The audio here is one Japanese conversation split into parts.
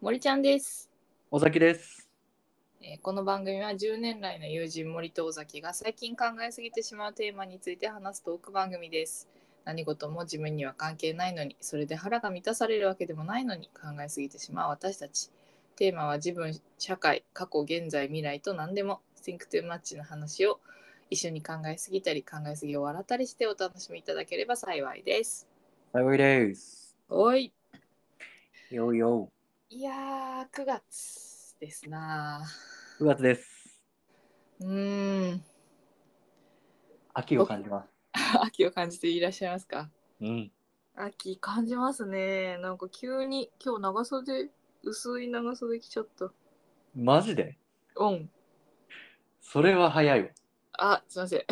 森ちゃんです、尾崎です。えーこの番組は10年来の友人森と尾崎が最近考えすぎてしまうテーマについて話すトーク番組です何事も自分には関係ないのにそれで腹が満たされるわけでもないのに考えすぎてしまう私たちテーマは自分社会過去現在未来と何でも Think too much の話を一緒に考えすぎたり考えすぎを笑ったりしてお楽しみいただければ幸いです幸いです。おいよいよ。いやー9月ですな9月です。うーん秋を感じます。秋を感じていらっしゃいますかうん。秋感じますねなんか急に今日長袖薄い長袖着ちゃったマジでうんそれは早いわ。あすいません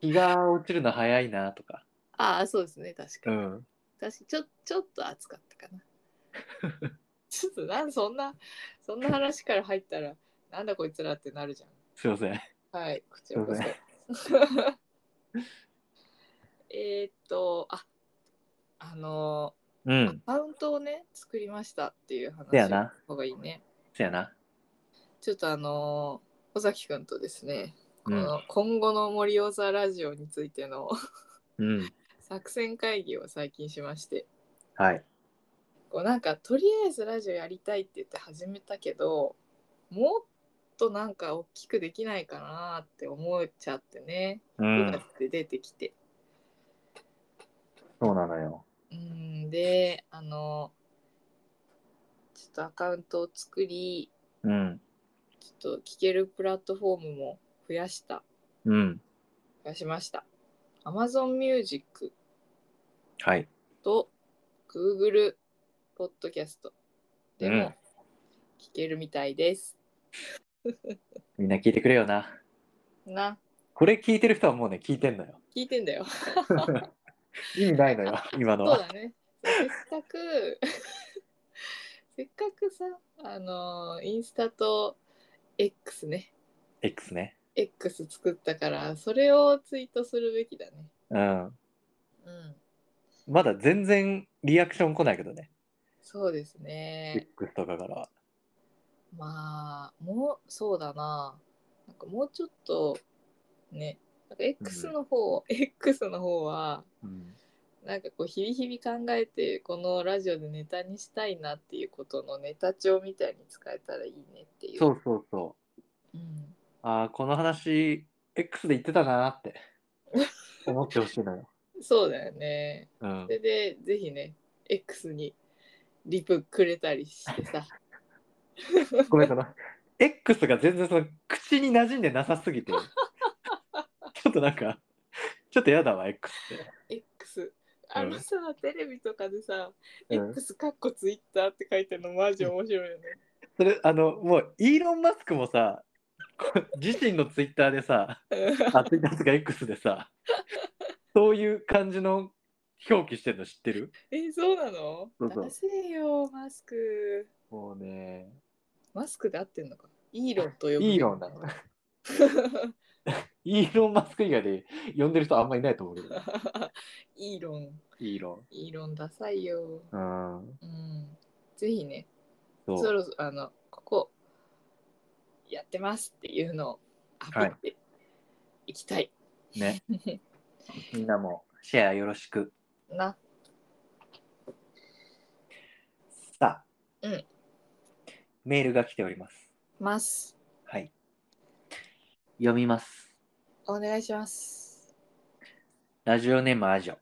日が落ちるの早いなとか。ああそうですね確かに、ん。確かちょちょっと暑かったかな ちょっとなんそんなそんな話から入ったらなんだこいつらってなるじすいません。ゃんはいこちらこすいそ えーっとああのうアん。カウントをね作りましたっていうせや話のな。方がいいねせやな。ちょっとあのー尾崎くんとですね、こうんの今後の森尾座ラジオについての うん。作戦会議を最近しまして、はい。こうなんかとりあえずラジオやりたいって言って始めたけど、もっとなんか大きくできないかなって思っちゃってね、う9月ん。で出てきて。そうなのよ。うん、で、あのちょっとアカウントを作り、うん。ちょっと聞けるプラットフォームも増やした、うん。増やしました。Amazon Music はい。と Google ポッドキャストでうもん聞けるみたいです。みんな聞いてくれよな。な、これ聞いてる人はもうね、聞いてんのよ。聞いてんだよ。意味ないのよ、今のそうは。だね。せっかく、 せっかくさ、あのーインスタと X ね、 X ね。 X 作ったから、それをツイートするべきだね。うん。うん。まだ全然リアクション来ないけどね。そうですね。 X とかからは。まあ、もう、そうだな。なんかもうちょっと、ね、なんか X の方、X の方は、うん。なんかこう日々日々考えてこのラジオでネタにしたいなっていうことのネタ帳みたいに使えたらいいねっていう。そうそうそうう。ん、ああ、この話、X で言ってたなーって思ってほしいのよ。そうだよね。うん そ、れでぜひね X にリプくれたりしてさ。ごめん、その、X が全然その口に馴染んでなさすぎて、 ちょっとなんか、ちょっとやだわ、X っ X あのさ、テレビとかでさ、て。うん、 X かっこ Twitter って書いてるのマジ面白いよね。それ、あの、もう、イーロン・マスクもさ、こ自身のツイッターでさ、あ、ツイッターとか X でさ、そういう感じの表記してるの知ってる えそうなのそうそう出せよマスク。もうね、マスクで合ってんのか。イーロンと呼ぶ。イーロンだろ。 イーロン・マスク以外で呼んでる人あんまいないと思うけど、イーロン。イーロン。イーロンダサいよ。うんうん。ぜひね、そうそろそろあのここやってますっていうのをアピっていきたい、ね。みんなもシェアよろしく。な。さあ、うんメールが来ております。ます。はい。読みます。お願いします。ラジオネームアジョ。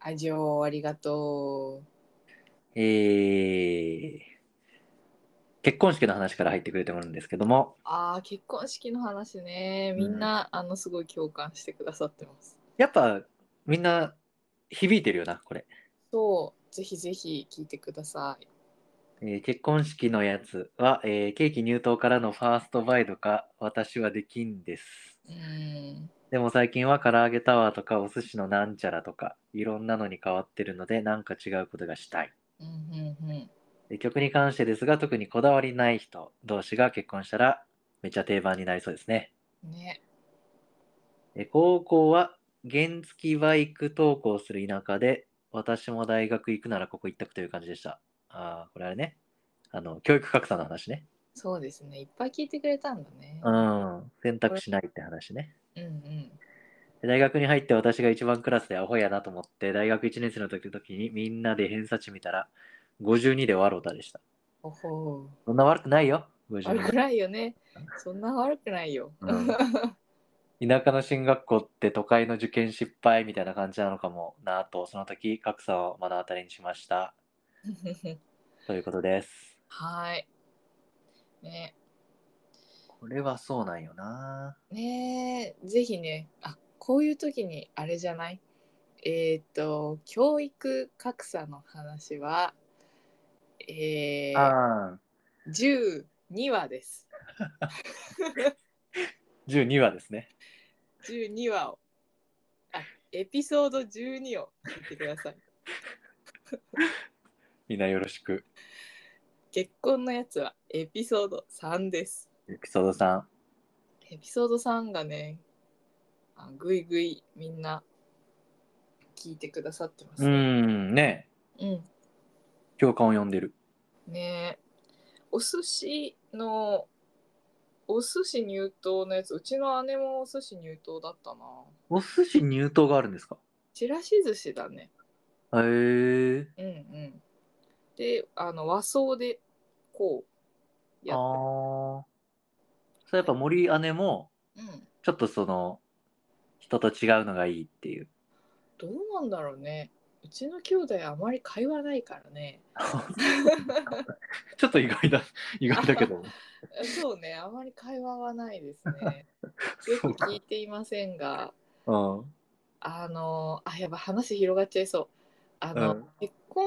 愛情ありがとえー、結婚式の話から入ってくれてもらうんですけどもう。、ああ結婚式の話ねみんな、あのすごい共感してくださってます。やっぱみんな響いてるよな、これ。そうぜひぜひ聞いてください。えー結婚式のやつは、えーケーキ入刀からのファーストバイトか、私はできんです。うんでも最近は唐揚げタワーとかお寿司のなんちゃらとかいろんなのに変わってるのでなんか違うことがしたい。うんうんうん。で曲に関してですが特にこだわりない人同士が結婚したらめっちゃ定番になりそうですね。ね。で高校は原付バイク登校する田舎で私も大学行くならここ一択という感じでした。ああ、これあれね。あの、教育格差の話ね。そうですね。いっぱい聞いてくれたんだね。うん。選択しないって話ね。うんうん。で大学に入って私が一番クラスでアホやなと思って、大学1年生の時時にみんなで偏差値見たら、52でワロタでした。おほ そんな悪くないよ、う。悪く52。ないよね。そんな悪くないよ。うん田舎の進学校って都会の受験失敗みたいな感じなのかもなと、その時、格差を目の当たりにしました。ということです。 はい。ねこれはそうなんよな。ねえぜひねあこういう時にあれじゃないえーっと教育格差の話はえー、ああ。 12話です12話ですね。 12話をあエピソード12を聞いてくださいみんなよろしく。結婚のやつはエピソード3ですエピソード3。エピソード3がねあぐいぐいみんな聞いてくださってますうねん、ねうん共感を呼んでる。ねえお寿司のお寿司入刀のやつうちの姉もお寿司入刀だったなお寿司入刀があるんですかちらし寿司だねへえ。うんうんであの和装でこうあやあっー。それやっぱ森姉も、てうんちょっとその、人と違うのがいいっていう。どうなんだろうねうちの兄弟あまり会話ないからね ちょっと意外だ、意外だけど。そうねあまり会話はないですねよくそうか。聞いていませんがうん。あのあやばい話広がっちゃいそうあの、うん結婚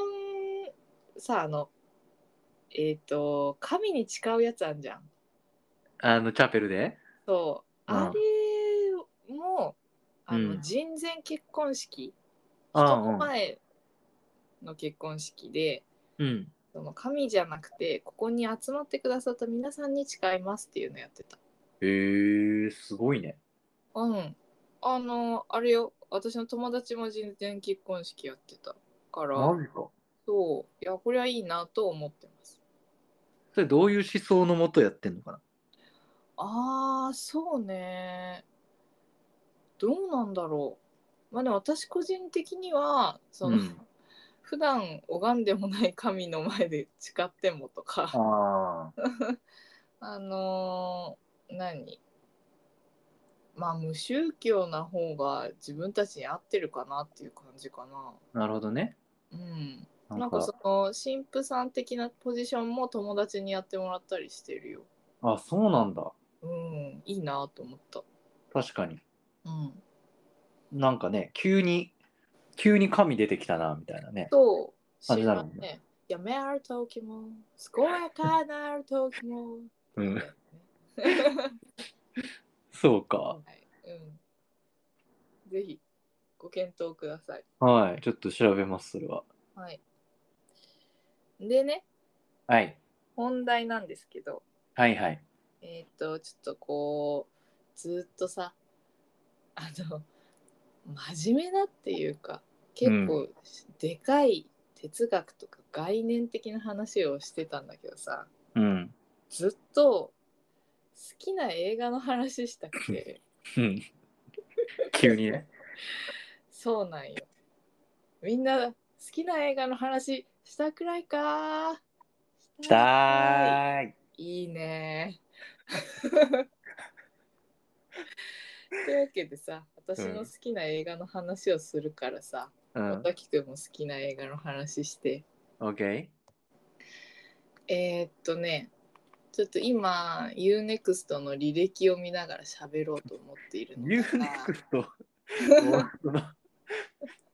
さあのえっ、と神に誓うやつあんじゃんあの、チャペルでそううんあれもあの、うん人前結婚式うんうん人の前の結婚式で、うん。その神じゃなくてここに集まってくださった皆さんに誓いますっていうのやってたへえ、すごいね。うんあのあれよ私の友達も人前結婚式やってたからマジか。そういやこれはいいなと思ってますそれどういう思想のもとやってんのかなああそうねどうなんだろうまあでも私個人的にはその、うん 普段拝んでもない神の前で誓ってもとかああ。あのー何まあ無宗教な方が自分たちに合ってるかなっていう感じかななるほどね。うんななんんかかそ、の神父さん的なポジションも友達にやってもらったりしてるよあ、そうなんだ。うんいいなと思った確かに。うんなんかね、急に、急に神出てきたな、みたいなね。と、感じだろうね知らね。やめある時も、健やかなる時も。うんねそうか。はいうん、ぜひ、ご検討ください。はい。ちょっと調べます、それは。はい。でね、はい。本題なんですけど、はいはい。えっ、と、ちょっとこう、ずっとさ、あの、真面目だっていうか、結構、でかい哲学とか概念的な話をしてたんだけどさ、うん。ずっと好きな映画の話したく てうん。急にね。そうなんよみんな好きな映画の話したくらいかししたいーい。いい ねというわけでさ私の好きな映画の話をするからさうん。小きくんも好きな映画の話してオッケえー、っとねちょっと今 UNEXT の履歴を見ながら喋ろうと思っているー。のニュだーネがクスト。その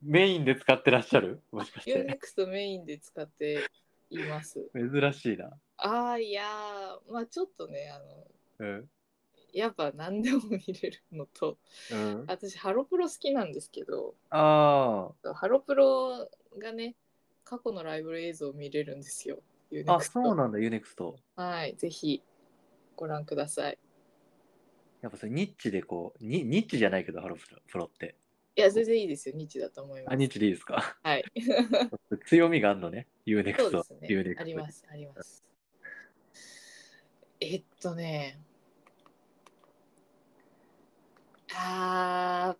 メインで使ってらっしゃるもしかし u て。ネクストメインで使っています。珍しいな。ああいやーまあちょっとねあのうん。やっぱ何でも見れるのとうん、あ私ハロプロ好きなんですけどあハロプロがね過去のライブ映像を見れるんですよ。u ー。ネあ、クスそうトなんだ、ユーネクスト。はいぜひご覧ください。やっぱそれニッチでこう、ニニッチじゃないけど、ハロプロプロって。いや全然いいですよ日だと思いまあ、す。 ニッチでいいですかはい。強みがあるのね、ユーネクそうスでトすね。ユーネクあスります、あります。えっとね。あ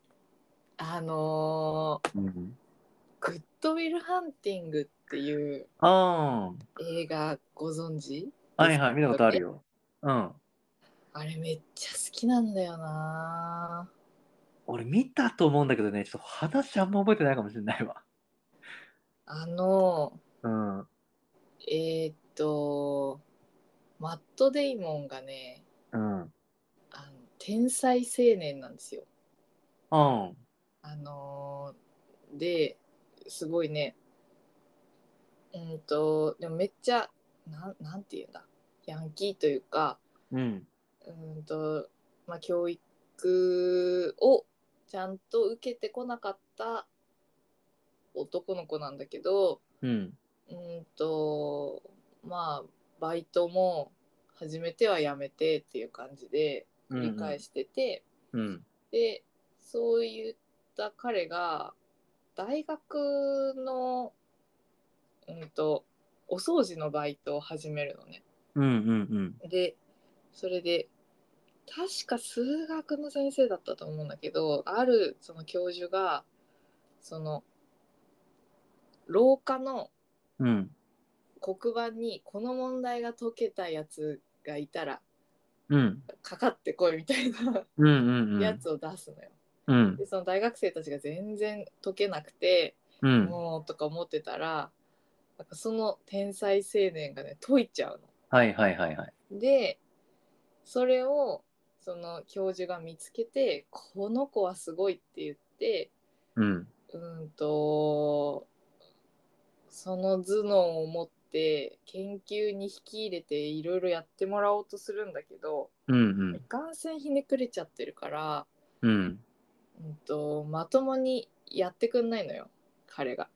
ーあのトうんーグッドウィルハンティングっていうあ映画ご存知あはいはい見たことあるようんあれめっちゃ好きなんだよな俺見たと思うんだけどねちょっと話あんま覚えてないかもしれないわあのうんえーっとマット・デイモンがねうんうんあの天才青年なんですよあのーですごいねうんとでもめっちゃなんなんていうんだヤンキーというかうんうんと、まあ、教育をちゃんと受けてこなかった男の子なんだけどうんうんとまあバイトも始めてはやめてっていう感じでうん繰り返してて。うんでそういった彼が大学のうんとお掃除のバイトを始めるのね。うんうんうんでそれで確か数学の先生だったと思うんだけどあるその教授がその廊下のうん黒板にこの問題が解けたやつがいたらうんかかってこいみたいなうんうんうんやつを出すのよ。うんでその大学生たちが全然解けなくて、うんもうとか思ってたらなんかその天才青年がね解いちゃうはいはいはいはいの。でそれをその教授が見つけて「この子はすごい」って言ってうんうーんとその頭脳を持って研究に引き入れていろいろやってもらおうとするんだけどうんいかんせんひねくれちゃってるから。うんうんうんとまともにやってくんないのよ彼が。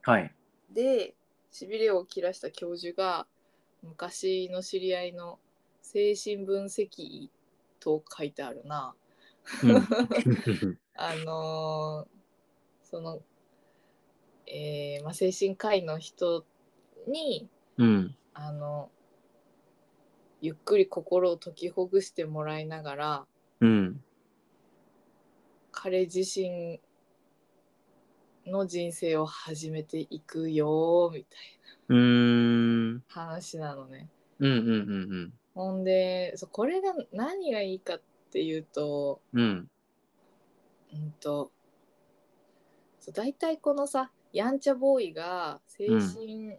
はいでしびれを切らした教授が昔の知り合いの精神分析医と書いてあるな。うん あのーその、えーまあ、精神科医の人にうんあのゆっくり心を解きほぐしてもらいながらうん彼自身の人生を始めていくよみたいうーんな話なのね。うんうんうんほんでそうこれが何がいいかっていうと,、うんうんうん、とそう大体このさやんちゃボーイが精神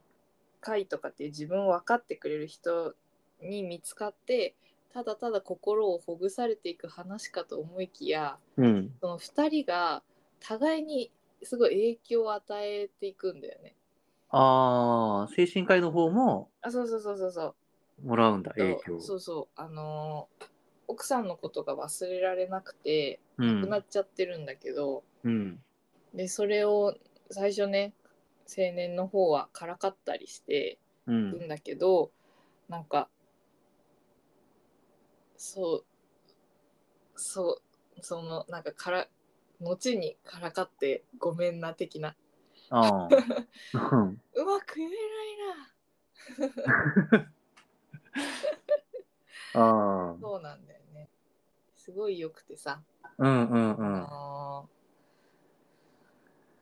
科医とかっていう自分を分かってくれる人に見つかってただただ心をほぐされていく話かと思いきやうんその2人が互いにすごい影響を与えていくんだよね。ああ精神科医の方もあそうそうそうそうそうもらうんだ影響そうそうあのー奥さんのことが忘れられなくてう亡くなんっちゃってるんだけど、うんでそれを最初ね青年の方はからかったりしてうるんんだけど、なんかそうそうそのなんかから後にからかってごめんな的なああ うんうまく言えないなああそうなんだよねすごい良くてさうんうんうんあ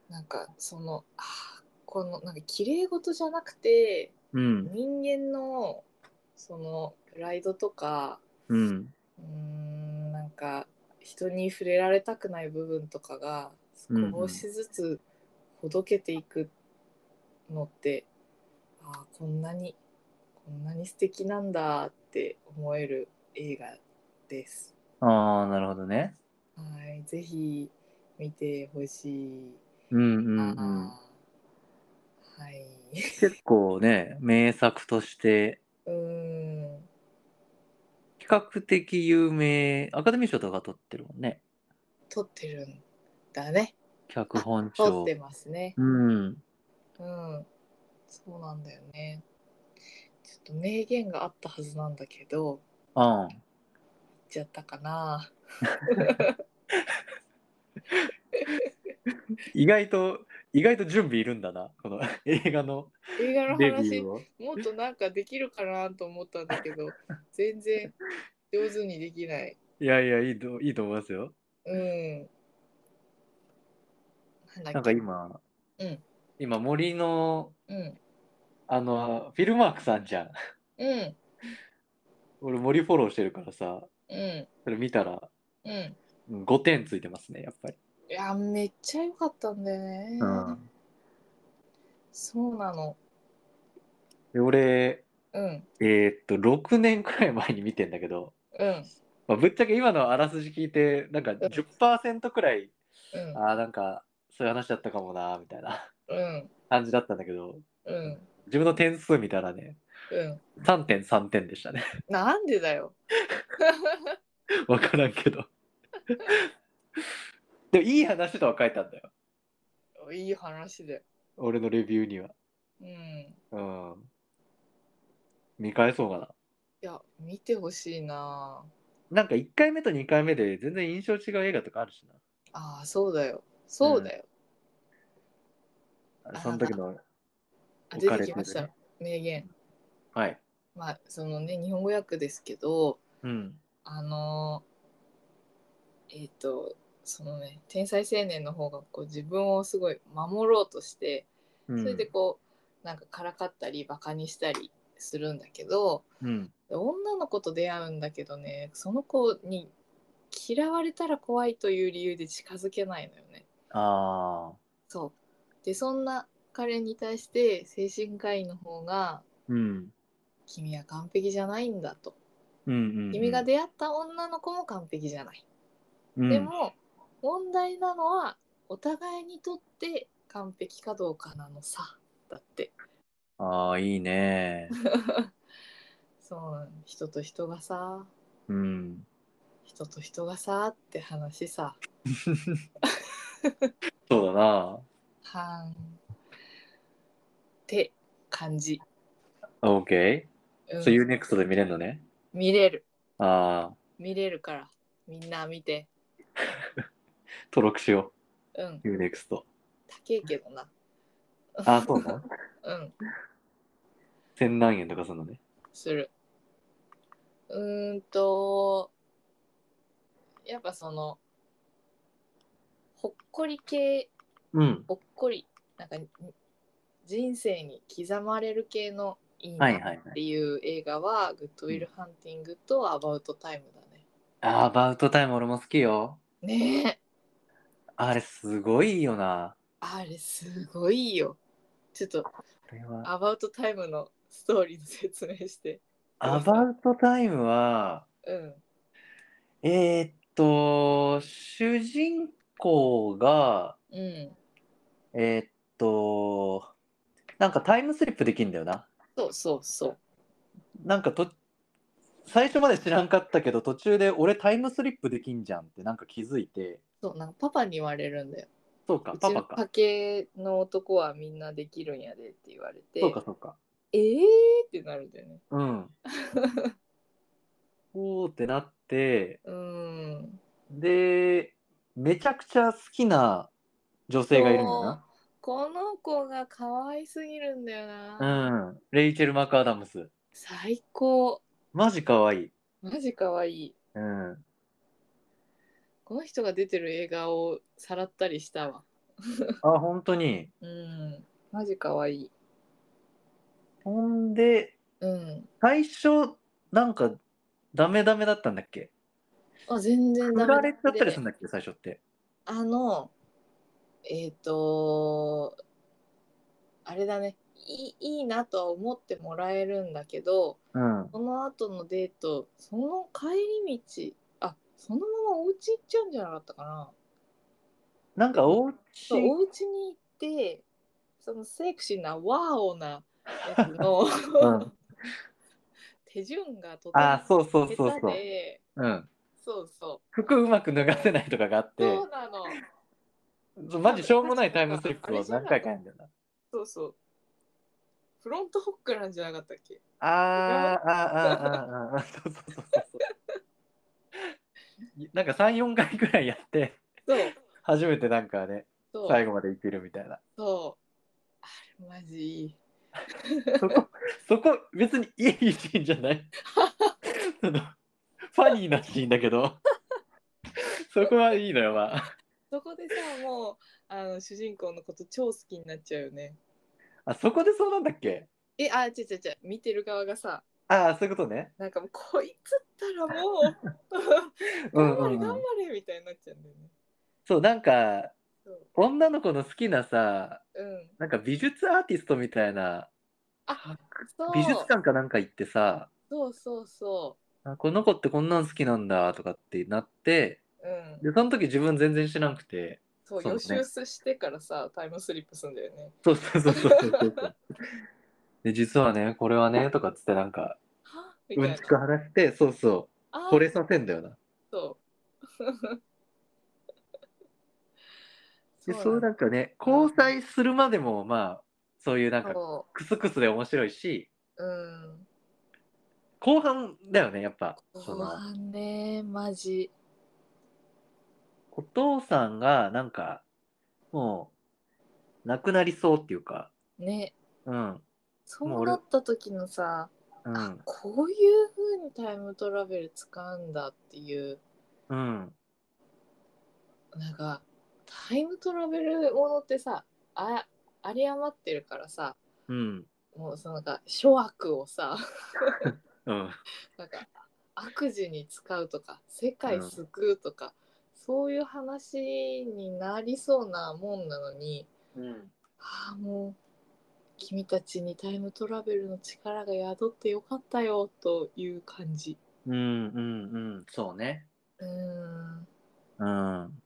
ーなんかそのあーこのなんか綺麗事じゃなくてうん人間のそのプライドとかうんうーんなんか人に触れられたくない部分とかが少しずつほどけていくのって、あーこんなにこんなに素敵なんだって思える映画です。ああなるほどねはい、ぜひ見てほしい。うんうんあうんーはい。 結構ね名作としてうーん。比較的有名アカデミー賞とか取ってるもんね撮ってるんだね。脚本撮賞ってますね。うんうん。そうなんだよね。ちょっと名言があったはずなんだけど、ああ言っちゃったかな。意外と意外と準備いるんだな、この 映画の映画のレビュ話ーを。もっとなんかできるかなと思ったんだけど全然上手にできないいやいや、いいといいと思いますよ。うんなんだっけなんか今、うん今森の、うんあの、フィルマークさんじゃん。うん俺森フォローしてるからさ、うんそれ見たらうんうん5点ついてますね、やっぱり。いやめっちゃ良かったんだよね、うんそうなので俺、うんえーっと、6年くらい前に見てんだけど、うんまあ、ぶっちゃけ今のあらすじ聞いて、なんか10%くらい、うんああ、なんかそういう話だったかもな、みたいな うん感じだったんだけど、うん自分の点数見たらね、うん3.3点でしたね。 なんでだよわからんけど。 でもいい話とは書いたんだよ。いい話で俺のレビューには。うんうん。見返そうかな。いや見てほしいななんか1回目と2回目で全然印象違う映画とかあるしああそうだよそうだよ、な。その時あの。置出かてきれてるねました、名言はい。まあそのね日本語訳ですけどうん。あのえっ、とそのね天才青年の方がこう自分をすごい守ろうとしてそそれでこうなんかからかったりバカにしたりするんだけどうん。女の子と出会うんだけどねその子に嫌われたら怖いという理由で近づけないのよね。ああ。そうでそんな彼に対して精神科医の方がうん。 「君は完璧じゃないんだ」とうんうんうん。 「君が出会った女の子も完璧じゃない」うん、でも問題なのはお互いにとって完璧かどうかなのさだって ああ、いいね。そうなの人と人がさうん。人と人がさって話さそうだな。はんって感じ、 OK。うんそういう UNEXT で見れるのね。見れるああ、見れるからみんな見て登録しようんう。UNEXT。高えけどなああ、そうな のうん千何円とかするのね。するうーんとやっぱそのほっこり系うん。ほっこりなんかに人生に刻まれる系のいいはないっはいはい。ていう映画は「グッドウィル・ハンティング」と「アバウト・タイム」だね。あーアバウトタイム俺も好きよ。ねえあれすごいよな。あれすごいよ。ちょっとこれはアバウト・タイムのストーリーの説明して。アバウトタイムは、うんえーっと、主人公が、うん。えーっと、なんかタイムスリップできんだよな。そうそうそう。なんかと、最初まで知らんかったけど、途中で俺タイムスリップできんじゃんってなんか気づいて、そうなんかパパに言われるんだよ。そうか、うパちのパか家。系の男はみんなできるんやでって言われてそうか、そうか。えーってなるんだよね。うん。おーってなって、うん。で、めちゃくちゃ好きな女性がいるんだよこの子が可愛すぎるんだよな。な。うん。レイチェル・マクアダムス。最高マジ可愛い。マジ可愛いうん。この人が出てる映画をさらったりしたわあ、本当に。うんマジ可愛いほんで、うん最初、なんか、ダメダメだったんだっけあ全然振だられちゃったりするんだっけ最初って。あのえっ、とあれだねいいいいなとは思ってもらえるんだけどうん。その後のデートその帰り道あそのままお家行っちゃうんじゃなかったかななんか、おうち、そうお家に行ってそのセクシーなワオなやつの、 うん、手順がとてあ、もそうそうそう下そう手。でうん。そうそ服うまく脱がせないとかがあっうて、そうなのそうマジしょうもないタイムスリップを何回かやるんだよな。そうそうフロントホックなんじゃなかったっけあーあーあーあーあーあーそうそうそうそうそうなんか34回くらいやってそう初めてなんかねそう最後まで生きるみたいなそうあれマジいいそこそこ別にいいシーンじゃないそのファニーなシーンだけどそこはいいのよまあそこでさもうあの主人公のこと超好きになっちゃうよねあそこでそうなんだっけえあ違う違う違う見てる側がさああそういうことねなんかもうこいつったらもう うん頑張れうんうん頑張れみたいになっちゃうんだよねそうなんかそう女の子の好きなさうんなんか美術アーティストみたいなあそう美術館かなんか行ってさそうそうそあこの子ってこんなん好きなんだとかってなってううんでその時自分全然知らなくてそうそう予ね習してからさタイムスリップすんだよねそうそうそうそうそうそうで実はねこれはねとかっつってなんかはみうたいんなちく話してそうそあうー惚れさせんだよなそう でそうなんなんかね交際するまでもまあそういうなんか そクスクスで面白いしううん後半だよねやっぱそのまあねマジお父さんがなんかもう亡くなりそうっていうかねうんそうなった時のさうあんこういう風にタイムトラベル使うんだっていううんなんかタイムトラベルものってさああり余ってるからさうんもうそのなんか諸悪をさ うんなんか悪事に使うとか世界救うとか、そういう話になりそうなもんなのにうんああもう君たちにタイムトラベルの力が宿ってよかったよという感じ。うんうんそうねうーんうんうーん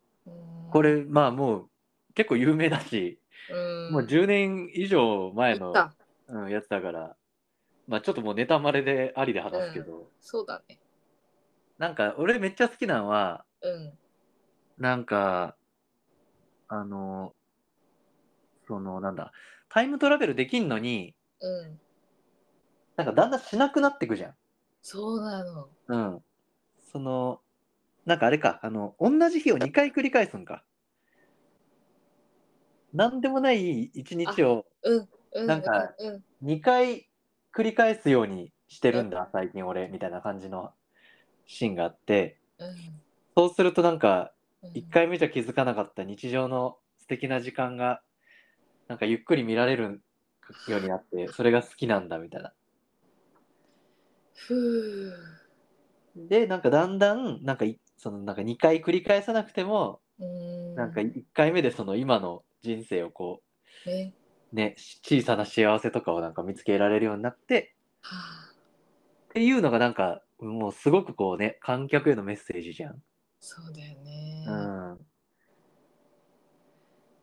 これまあもう結構有名だしうんもう10年以上前のいったうんやつだからまあちょっともうネタバレでありで話すけどそうだね。なんか俺めっちゃ好きなのはうん。なんかあのそのなんだタイムトラベルできんのにうん。なんかだんだんしなくなってくじゃん。そうなの。うん。その、なんかあれか、あの、同じ日を2回繰り返すんか。なんでもない一日をうん。うん。なんかうん。うん2回繰り返すようにしてるんだ、最近俺、みたいな感じのシーンがあって、うん。そうするとなんか、うん1。回目じゃ気づかなかった日常の素敵な時間が、なんかゆっくり見られるようになって、それが好きなんだ、みたいな。ふう。でなんかだんだんなんかいそのなんか2回繰り返さなくても、うーん。なんか1回目でその今の人生をこね。うねし小さな幸せとかをなんか見つけられるようになってはあ。っていうのがなんかもうすごくこうね観客へのメッセージじゃん。そうだよねう。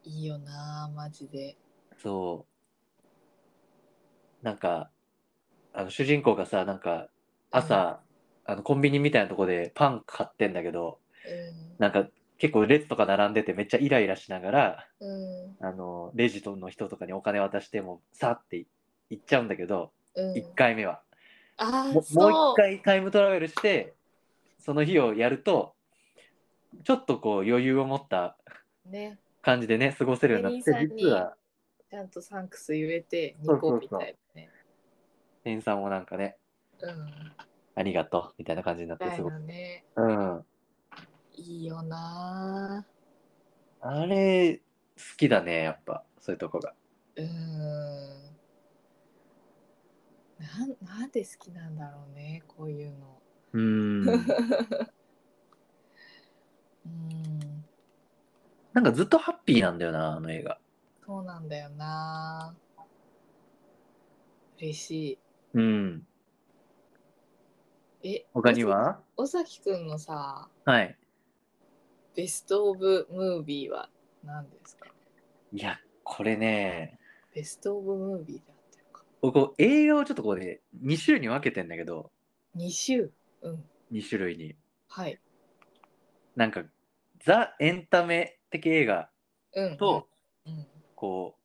ん、いいよな、マジで。そうなんかあの主人公がさなんか朝、あのコンビニみたいなとこでパン買ってんだけどうなんか結構列とか並んでてめっちゃイライラしながらん。うん。あのレジの人とかにお金渡してもさって行っちゃうんだけど、うん。 1回目はあもあ、うもうそ1回タイムトラベルしてその日をやるとちょっとこう余裕を持ったう。ね。感じでね過ごせるようになって店員さんに実はちゃんとサンクス言えて、そう二そ個うそうみたいなね。店員さんもなんかねうん。ありがとうみたいな感じになってだすごよく、ね。うん、いいよな。あれ好きだねやっぱそういうとこがうーん。なん、なんで好きなんだろうね、こういうの。う ーんうん、なんかずっとハッピーなんだよなあの映画そうなんだよな。嬉しうんい。え、他には尾崎くんのさ、はいベストオブムービーは何ですかいやこれねベストオブムービーだってるか。僕こう映画をちょっとこうね2種類に分けてんだけど2週。うん。 2種類にはい。なんかザ・エンタメ的映画うん。と、うん、こ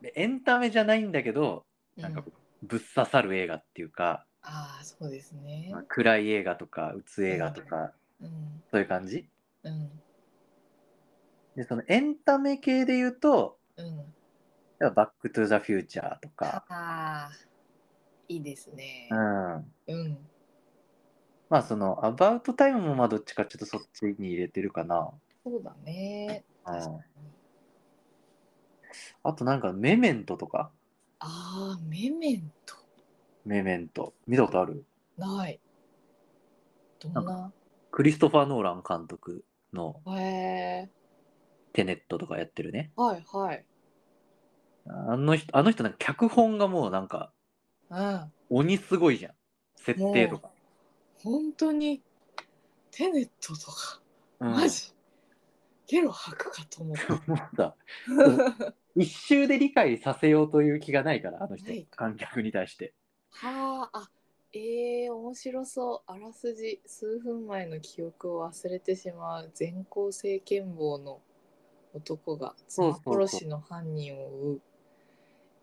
うでエンタメじゃないんだけどうん。なんかぶっ刺さる映画っていうか、ああ、そうですねまあ。暗い映画とかうつ映画とか、うん。そういう感じうん。でそのエンタメ系で言うとうん。 「バック・トゥ・ザ・フューチャー」とか、ああ、いいですねう。ん、うん。まあその「アバウト・タイム」もまあどっちかちょっとそっちに入れてるかな。そうだね。確かにうんあとなんか「メメント」とかああ、メメント。 「メメント」見たことあるない。どんなクリストファー・ノーラン監督のへえ「テネット」とかやってるね。はいはい。あの人、あの人なんか脚本がもうなんかうん。鬼すごいじゃん。設定とか。本当に、テネットとか、うんマジ、ゲロ吐くかと思 った。もうさ一周で理解させようという気がないから、あの人ない、観客に対して。はあ、あ、ええ面白そう。あらすじ、数分前の記憶を忘れてしまう全校生剣坊の男がそう妻そうそう殺しの犯人を追う。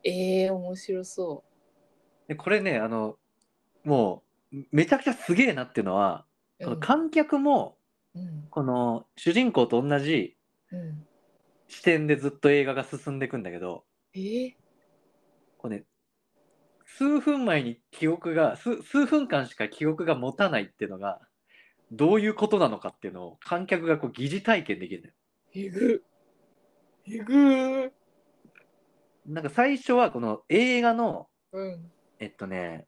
ええ面白そでこれね、あの、もう、めちゃくちゃすげえなっていうのは、う。このうん観客も、うんこの主人公と同じうん。視点でずっと映画が進んでいくんだけど、ええこうね、数分前に記憶が数、数分間しか記憶が持たないっていうのが、どういうことなのかっていうのを観客がこう疑似体験できるんだよ。えぐ。えぐ。なんか最初はこの映画の、うん。えっとね、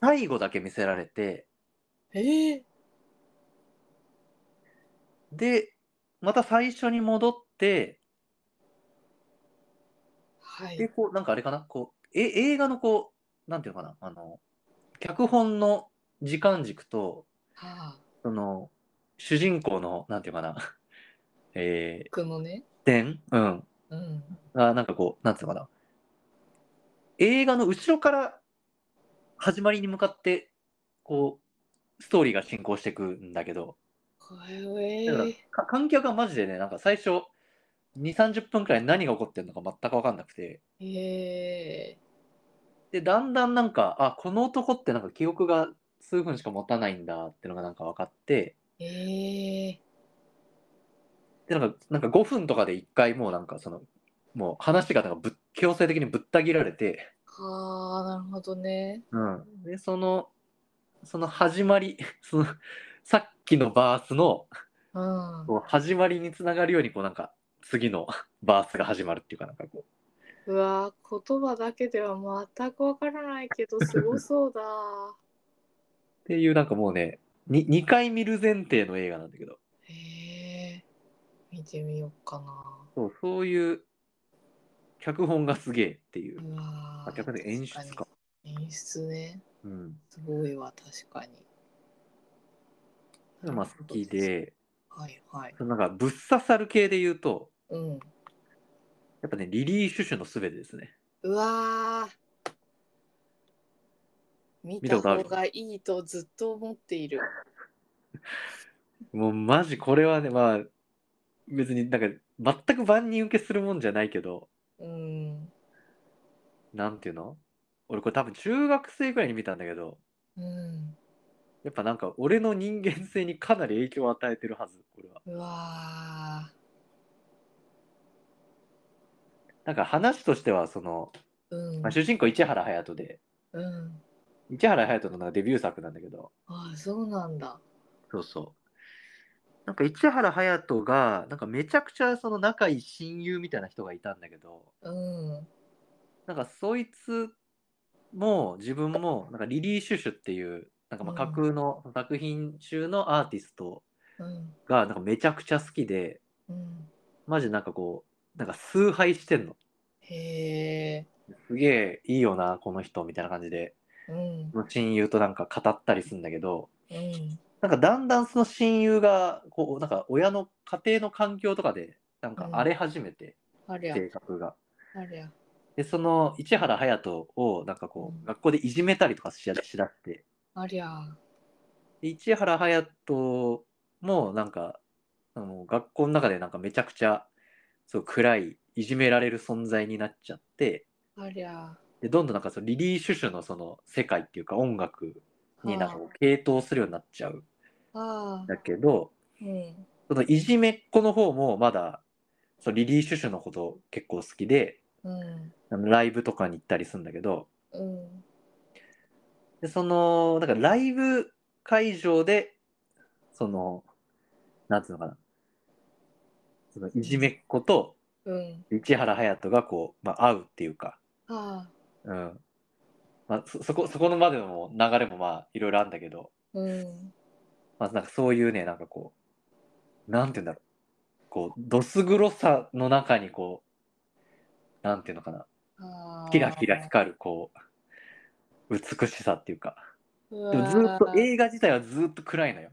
最後だけ見せられて、ええで、また最初に戻って、はで、い。こう、なんかあれかな、こう、え映画のこう、なんていうのかな、あの、脚本の時間軸と、はあ。その、主人公の、なんていうのかな、 えー、僕のね。点、うん、うん。がなんかこうなんつうのかな映画の後ろから始まりに向かってこうストーリーが進行していくんだけどこれ、えだからえか観客がマジでねなんか最初2 3 0分くらい何が起こってるのか全く分かんなくてええでだんだんなんかあこの男ってなんか記憶が数分しか持たないんだってのがなんか分かってええでなんかなんか5分とかで1回もうなんかそのもう話がなんかぶっ強制的にぶった切られて。はあ、なるほどね。うん、でそのその始まり そのさっきのバースのうん。こう始まりにつながるようにこうなんか次の バースが始まるっていうかなんかこうわー言葉だけでは全くわからないけどすごそう だうっていうなんかもうねに2回見る前提の映画なんだけどへえ見てみようかなそうそういう脚本がすげえっていううわーあ脚本で演出確かか、に演出ねうん、すごいわ確かにまあ好きではいはいそのなんかぶっ刺さる系で言うとうんやっぱねリリー・シュシュのすべてですねうわー見見たたことある方がいいとずっと思っているもうマジこれはねまあ別になんか全く万人受けするもんじゃないけどうんなんていうの俺これ多分中学生ぐらいに見たんだけどうんやっぱなんか俺の人間性にかなり影響を与えてるはずこれはうわなんか話としてはその、ーうんまあ、主人公市原隼人でうん市原隼人のなんかデビュー作なんだけどあーそうなんだそうそうなんか市原隼人がなんかめちゃくちゃその仲いい親友みたいな人がいたんだけどうんなんかそいつも自分もなんかリリー・シュシュっていうなんかまあ架空の作品中のアーティストうんがなんかめちゃくちゃ好きで、うんマジなんかこう、なんか崇拝してんの。へえ。すげえいいよな、この人みたいな感じで、うん。その親友となんか語ったりするんだけど、うん。なんかだんだんその親友が、こう、なんか親の家庭の環境とかで、なんか荒れ始めて、ありゃ。性格が。ありゃ。で、その市原隼人を、なんかこうんう、学校でいじめたりとかしだしだして、ありゃ。で市原隼人も、なんか、あの学校の中でなんかめちゃくちゃ、そう暗い、いじめられる存在になっちゃって、ありゃ。でどんどんなんかそのリリー・シュシュのその世界っていうか音楽になんかはこう傾倒するようになっちゃうんああだ。けどうん。そのいじめっ子の方もまだそのリリー・シュシュのこと結構好きでうんあのライブとかに行ったりするんだけどうんでそのなんかライブ会場でそのなんていうのかなそのいじめっ子とうん市原隼人がこう、まあ、会うっていうか、ああうんまあ、そそこそこのまでの流れもまあいろいろあるんだけど、うんまあ、なんかそういうねなんかこうなんて言うんだろうこうどす黒さの中にこうなんていうのかなああキラキラ光るこう美しさっていうかうわでもーずっと映画自体はずっと暗いのよ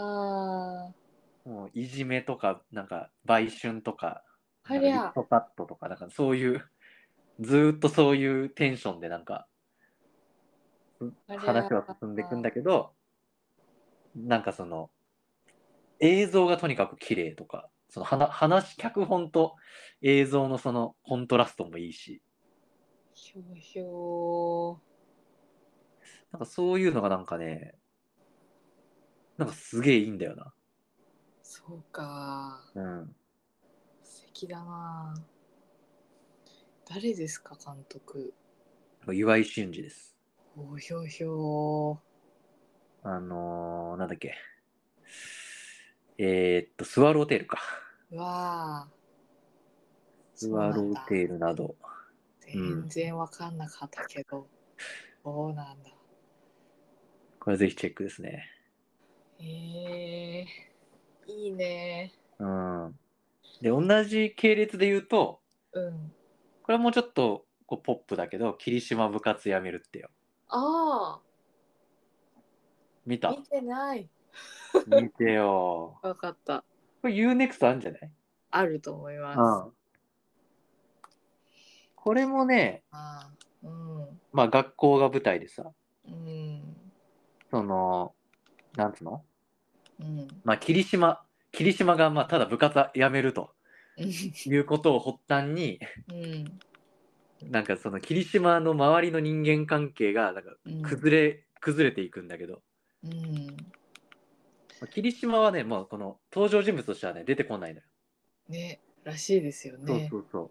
あもういじめとかなんか売春とかあなあんかリりッゃトカットとかなんかそういうずっとそういうテンションでなんかありゃ話は進んでいくんだけどなんかその映像がとにかく綺麗とかその話話脚本と映像のそのコントラストもいいしひょうひょなんかそういうのがなんかねなんかすげえいいんだよな。うそうかうん、素敵だな誰ですか監督岩井俊二です。おひょうひょあのー、なんだっけ。えーっと、スワローテールか。うわあスワローテそうールなど。なんうだん全然わかんなかったけど、そうなんだこれぜひチェックですね。へえいいねうん。で、同じ系列で言うと、うんこれはもうちょっとこうポップだけど、霧島部活やめるってよ。あ見あた見てない見てよ。わかったこれ UNEXT あるんじゃないあると思います、うん。これもね、ああうんまあ学校が舞台でさ、うんその、なんつうのうんまあ霧島、霧島がまあただ部活やめると。ういうことを発端に んなんかその霧島の周りの人間関係がなんかうん崩れ、崩れていくんだけどうんまあ霧島はねもうこの登場人物としてはね出てこないのよ、ねらしいですよねそうそうそ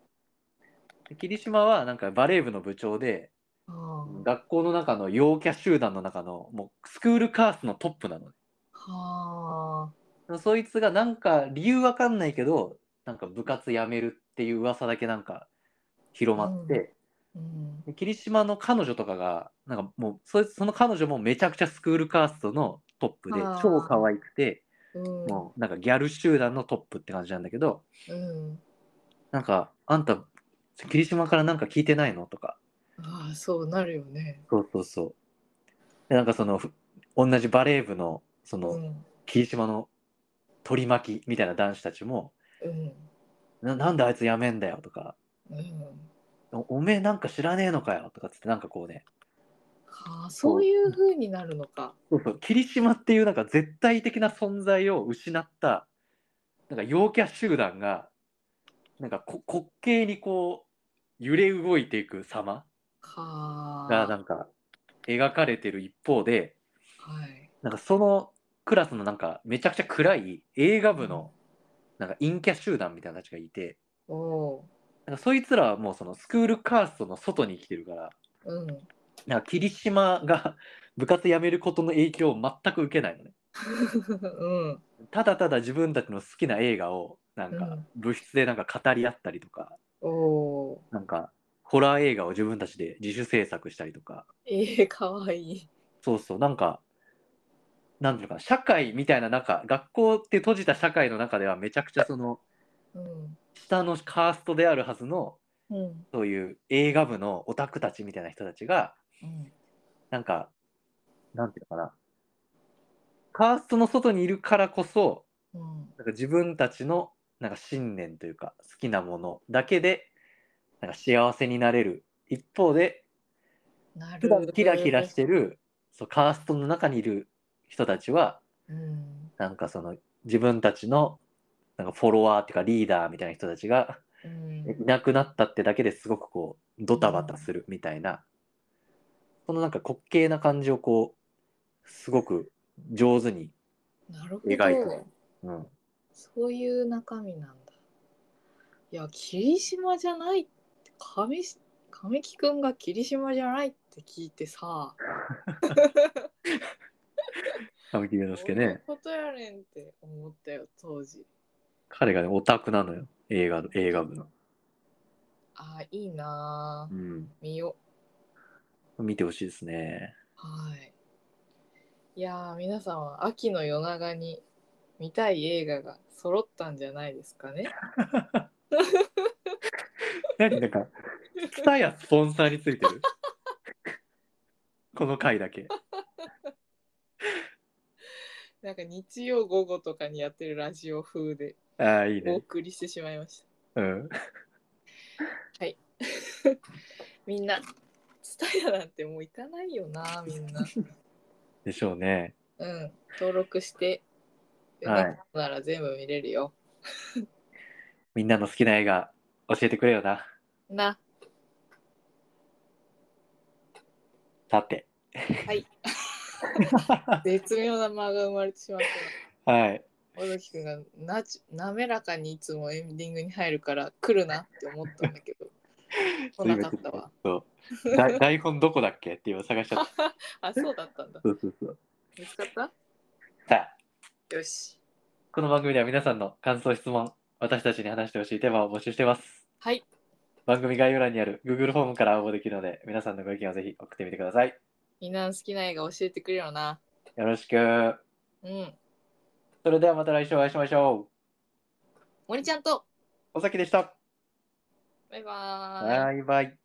うで霧島はなんかバレー部の部長でうん学校の中の陽キャ集団の中のもうスクールカーストのトップなの、はね、そいつがなんか理由わかんないけどなんか部活辞めるっていう噂だけなんか広まって、うんあ、うん、で霧島の彼女とかがなんかもうそいつその彼女もめちゃくちゃスクールカーストのトップであー超可愛くてうん、もうなんかギャル集団のトップって感じなんだけどうん、なんか「あんた霧島からなんか聞いてないの?」とかああそうなるよね。そうそうそうでなんかそのふ同じバレー部のそうのん、霧島の取り巻きみたいな男子たちもうん、 「ななんであいつやめんだよ」とかうん。 「おおめえなんか知らねえのかよ」とかっつってなんかこうねはあ、そういう風になるのか。そうそう霧島っていうなんか絶対的な存在を失ったなんか陽キャ集団がなんかこ滑稽にこう揺れ動いていく様はがなあ、んか描かれてる一方ではい。なんかそのクラスのなんかめちゃくちゃ暗い映画部のなんか陰キャ集団みたいな人たちがいておおなんかそいつらはもうそのスクールカーストの外に生きてるからう、うん。 なんか霧島が 部活辞めることの影響を全く受けないのね。うん、ただただ自分たちの好きな映画をなんうかん部室でなんか語り合ったりとか、おお、なんかホラー映画を自分たちで自主制作したりとかええ可愛い。そうそうなんかなんていうのかな社会みたいな中学校って閉じた社会の中ではめちゃくちゃそのうん、下のカーストであるはずのうん、そういう映画部のオタクたちみたいな人たちがうん、なんかなんていうのかなカーストの外にいるからこそうん、なんか自分たちのなんか信念というか好きなものだけでなんか幸せになれる一方でな普る段キラキラしてるそうカーストの中にいる人たちはうん、なんかその自分たちのなんかフォロワーっていうかリーダーみたいな人たちがうん、いなくなったってだけですごくこうドタバタするみたいなそのなんか滑稽な感じをこうすごく上手になるほ描いどて。うん、そういう中身なんだ。いや、霧島じゃないって、上し神木くんが霧島じゃないって聞いてさ、神木隆之介ねどういうことやねんって思ったよ、当時。彼がねオタクなのよ映画の映画部の、あー、いいなうぁ。ん、見よう。見てほしいですねはい。いやー、皆さんは秋の夜長に見たい映画が揃ったんじゃないですかね。何なんかツタやスポンサーについて るこの回だけなんか日曜午後とかにやってるラジオ風でああいいおね送りしてしまいましうんた。みんな、ツタヤなんてもう行かないよな、みんな。でしょうねうん、登録して、はい米子なら全部見れるよ。みんなの好きな映画教えてくれよなな、さてはい。絶妙な間が生まれてしまった。 はい尾崎君がなち滑らかにいつもエンディングに入るから来るなって思ったんだけど来なかったわそうだ台本どこだっけって今探しちゃった あそうだったんだそうそうそう見つかっさあたよしこの番組では皆さんの感想、質問、私たちに話してほしいテーマを募集しています。はい番組概要欄にある Google フォームから応募できるので、皆さんのご意見をぜひ送ってみてください。みんなの好きな映画教えてくれよなよろしく。うんそれではまた来週お会いしましょ森ちゃんとう。おさきでした。バイバーイバイバイ。